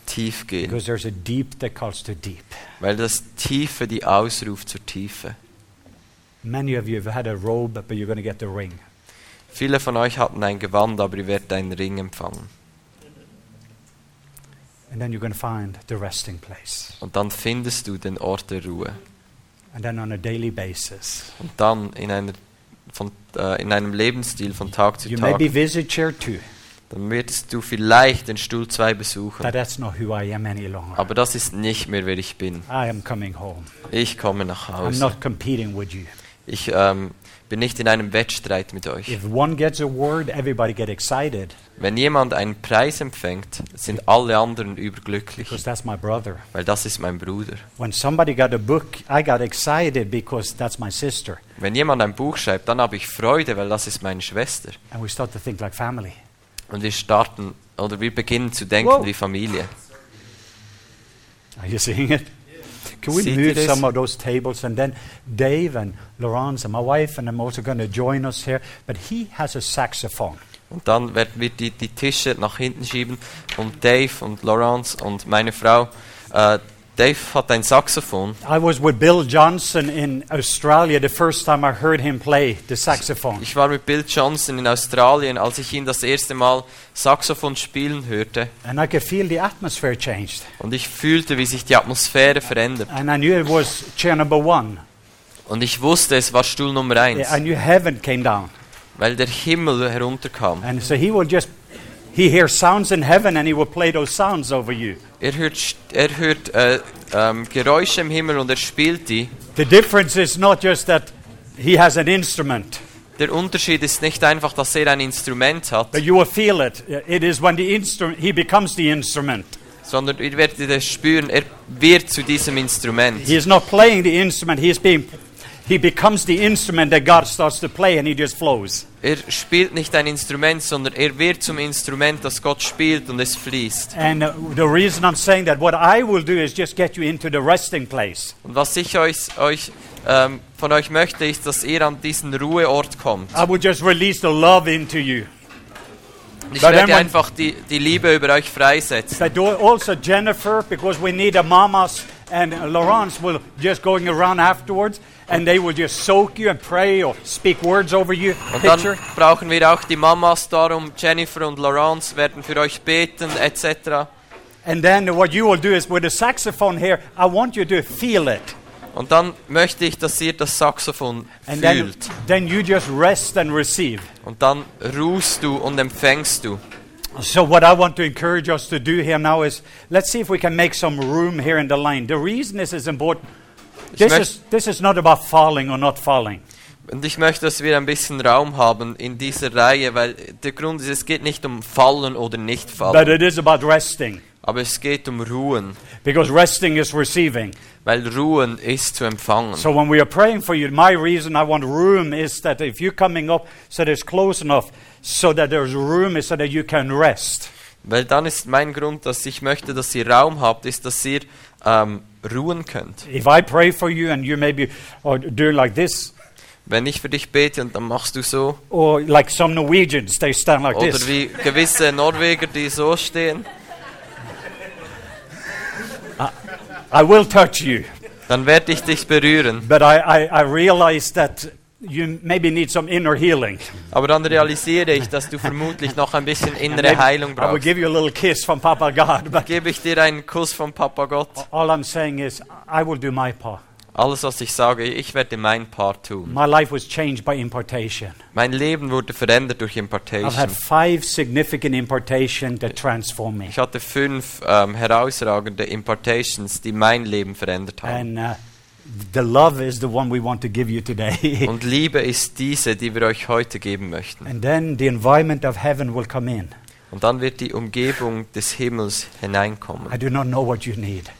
Speaker 2: tief gehen,
Speaker 1: because there's a deep that calls to deep.
Speaker 2: weil das Tiefe die ausruft zur Tiefe.
Speaker 1: Many of you have had a robe, but you're going to get the ring.
Speaker 2: Viele von euch hatten ein Gewand, aber ihr werdet einen Ring empfangen.
Speaker 1: And then you're going to find the resting place.
Speaker 2: Und dann findest du den Ort der Ruhe.
Speaker 1: And then on a daily basis,
Speaker 2: Und dann in, einer, von, äh, in einem Lebensstil von Tag zu
Speaker 1: you maybe
Speaker 2: Tag,
Speaker 1: visit chair two,
Speaker 2: dann wirst du vielleicht den Stuhl 2
Speaker 1: but
Speaker 2: besuchen.
Speaker 1: that's not who I am any longer.
Speaker 2: Aber das ist nicht mehr, wer ich bin.
Speaker 1: I am coming home.
Speaker 2: Ich komme nach
Speaker 1: I'm
Speaker 2: Hause.
Speaker 1: not competing with you.
Speaker 2: Ich ähm, bin nicht in einem Wettstreit mit euch.
Speaker 1: If one gets a word, everybody get excited
Speaker 2: Wenn jemand einen Preis empfängt, sind alle anderen
Speaker 1: because
Speaker 2: überglücklich,
Speaker 1: that's my brother.
Speaker 2: weil das ist mein Bruder.
Speaker 1: When somebody got a book, I got excited because that's my sister.
Speaker 2: Wenn jemand ein Buch schreibt, dann habe ich Freude, weil das ist meine Schwester.
Speaker 1: And we start to think like family.
Speaker 2: Und wir starten oder wir beginnen zu denken
Speaker 1: Wow.
Speaker 2: wie Familie.
Speaker 1: Are you seeing it? Can we
Speaker 2: See,
Speaker 1: move
Speaker 2: it is-
Speaker 1: some of those tables? And then Dave and Laurence and my wife, and I'm also going to join us here. But he has a saxophone.
Speaker 2: Und dann werden wir die, die Tische nach hinten schieben und Dave und Laurence und meine Frau. Äh, Dave hat ein Saxophon.
Speaker 1: I was with Bill Johnson in Australia the first time I heard him play the saxophone.
Speaker 2: Ich war mit Bill Johnson in Australien, als ich ihn das erste Mal Saxophon spielen hörte.
Speaker 1: And I could feel the atmosphere changed.
Speaker 2: Und ich fühlte, wie sich die Atmosphäre verändert.
Speaker 1: And I knew it was chair number one.
Speaker 2: Und ich wusste, es war Stuhl Nummer
Speaker 1: Yeah, I
Speaker 2: 1,
Speaker 1: knew heaven came down.
Speaker 2: weil der Himmel herunterkam.
Speaker 1: And so he will just, he hears sounds in heaven and he will play those sounds over you.
Speaker 2: Er hört, St- er hört äh, ähm, Geräusche im Himmel und er spielt die.
Speaker 1: The difference is not just that he has an instrument,
Speaker 2: Der Unterschied ist nicht einfach, dass er ein Instrument hat,
Speaker 1: but you will feel it. It is when the instrument, he becomes the instrument.
Speaker 2: sondern ihr werdet es spüren, er wird zu diesem Instrument.
Speaker 1: He is not playing the instrument, he is being, he becomes the instrument that God starts to play and he just flows.
Speaker 2: Er spielt nicht ein Instrument, sondern er wird zum Instrument, das Gott spielt und es fließt.
Speaker 1: And uh, the reason I'm saying that, what I will do is just get you into the resting place.
Speaker 2: Und was ich euch, euch ähm, von euch möchte, ist, dass ihr an diesen Ruheort kommt.
Speaker 1: I will just release the love into you.
Speaker 2: Und Ich
Speaker 1: But then
Speaker 2: werde
Speaker 1: when-
Speaker 2: einfach die, die Liebe über euch freisetzen.
Speaker 1: But do- also Jennifer, because we need a mamas and Laurence will just going around afterwards, and they will just soak you and pray or speak words over you.
Speaker 2: Und
Speaker 1: Picture.
Speaker 2: dann brauchen wir auch die Mamas darum. Jennifer und Laurence werden für euch beten, etc.
Speaker 1: And then what you will do is with the saxophone here, I want you to feel it,
Speaker 2: Und dann möchte ich, dass ihr das Saxophon
Speaker 1: and then
Speaker 2: fühlt.
Speaker 1: then you just rest and receive.
Speaker 2: Und dann ruhst du und empfängst du.
Speaker 1: So what I want to encourage us to do here now is let's see if we can make some room here in the line. The reason this is important. This
Speaker 2: möcht-
Speaker 1: is this is not about falling or not falling.
Speaker 2: Und ich möchte, dass wir ein bisschen Raum haben in dieser Reihe, weil der Grund ist, es geht nicht um Fallen oder
Speaker 1: But uh,
Speaker 2: Nicht-Fallen,
Speaker 1: it is about resting.
Speaker 2: aber es geht um Ruhen,
Speaker 1: Because resting is receiving.
Speaker 2: weil Ruhen ist zu empfangen.
Speaker 1: So when we are praying for you, my reason I want room is that if you're coming up, so there's close enough, so that there's room, is so that you can rest.
Speaker 2: Weil dann ist mein Grund, dass ich möchte, dass ihr Raum habt, ist, dass ihr ähm, ruhen könnt.
Speaker 1: If I pray for you and you maybe are doing like this,
Speaker 2: Wenn ich für dich bete und dann machst du so,
Speaker 1: or like some Norwegians, they stand like
Speaker 2: oder
Speaker 1: this.
Speaker 2: wie gewisse Norweger, die so stehen,
Speaker 1: I will touch you,
Speaker 2: dann werde ich dich berühren.
Speaker 1: but I, I, I realize that you maybe need some inner healing.
Speaker 2: Aber dann realisiere ich, dass du vermutlich noch ein bisschen innere
Speaker 1: Maybe
Speaker 2: Heilung
Speaker 1: I will
Speaker 2: brauchst.
Speaker 1: give you a little kiss from Papa God, but
Speaker 2: Gebe ich dir einen Kuss von Papa Gott.
Speaker 1: all I'm saying is I will do my part.
Speaker 2: Alles, was ich sage, ich werde mein Part tun.
Speaker 1: My life was changed by impartation.
Speaker 2: Mein Leben wurde verändert durch
Speaker 1: I've had
Speaker 2: Impartation.
Speaker 1: five significant impartations that transformed me.
Speaker 2: Ich hatte fünf ähm, herausragende Impartations, die mein Leben verändert
Speaker 1: And
Speaker 2: haben.
Speaker 1: uh, the love is the one we want to give you today.
Speaker 2: Und Liebe ist diese, die wir euch heute geben möchten.
Speaker 1: and then the environment of heaven will come in.
Speaker 2: Und dann wird die Umgebung des Himmels
Speaker 1: I
Speaker 2: hineinkommen,
Speaker 1: do not know what you need,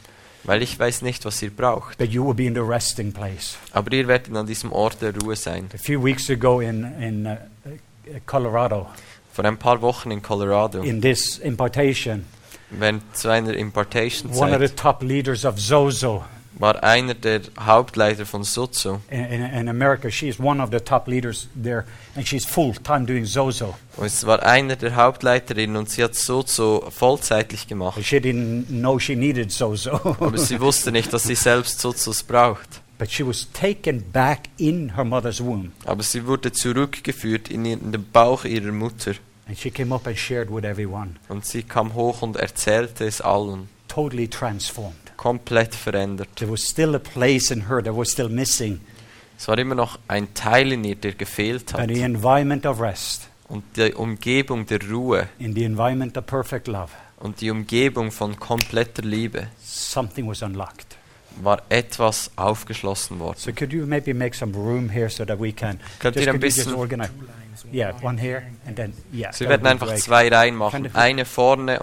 Speaker 2: weil ich weiß nicht, was ihr braucht.
Speaker 1: but you will be in the resting place.
Speaker 2: Aber ihr werdet an diesem Ort der Ruhe sein.
Speaker 1: A few weeks ago in, in uh, uh, Colorado,
Speaker 2: Vor ein paar Wochen in Colorado,
Speaker 1: in this impartation,
Speaker 2: während zu einer Impartation
Speaker 1: one of the
Speaker 2: Zeit,
Speaker 1: top leaders of Zozo
Speaker 2: war einer der Hauptleiter von Sutsu.
Speaker 1: in, in, in America, she is one of the top leaders there, and she's full time doing Zozo.
Speaker 2: Und es war einer der Hauptleiterinnen und sie hat Sutsu vollzeitlich gemacht.
Speaker 1: She didn't know she needed Zozo,
Speaker 2: Aber sie wusste nicht, dass sie selbst Sutsus braucht.
Speaker 1: but she was taken back in her mother's womb,
Speaker 2: Aber sie wurde zurückgeführt in ihr- in den Bauch ihrer Mutter.
Speaker 1: and she came up and shared with everyone,
Speaker 2: Und sie kam hoch und erzählte es allen.
Speaker 1: totally transformed.
Speaker 2: Komplett verändert.
Speaker 1: There was still a place in her that was still missing,
Speaker 2: Es war immer noch ein Teil in ihr, der gefehlt
Speaker 1: but
Speaker 2: hat.
Speaker 1: in the environment of rest,
Speaker 2: Und die Umgebung der Ruhe
Speaker 1: in the environment of perfect love,
Speaker 2: und die Umgebung von kompletter Liebe
Speaker 1: something was unlocked.
Speaker 2: war etwas aufgeschlossen worden.
Speaker 1: So could you maybe make some room here so that we can
Speaker 2: Könnt
Speaker 1: just,
Speaker 2: ihr ein
Speaker 1: could you just
Speaker 2: bisschen-
Speaker 1: organize? Yeah, one here and then yeah.
Speaker 2: Sie
Speaker 1: that would
Speaker 2: werden
Speaker 1: be
Speaker 2: einfach
Speaker 1: great.
Speaker 2: zwei Reihen
Speaker 1: Kind of-
Speaker 2: machen. Eine vorne und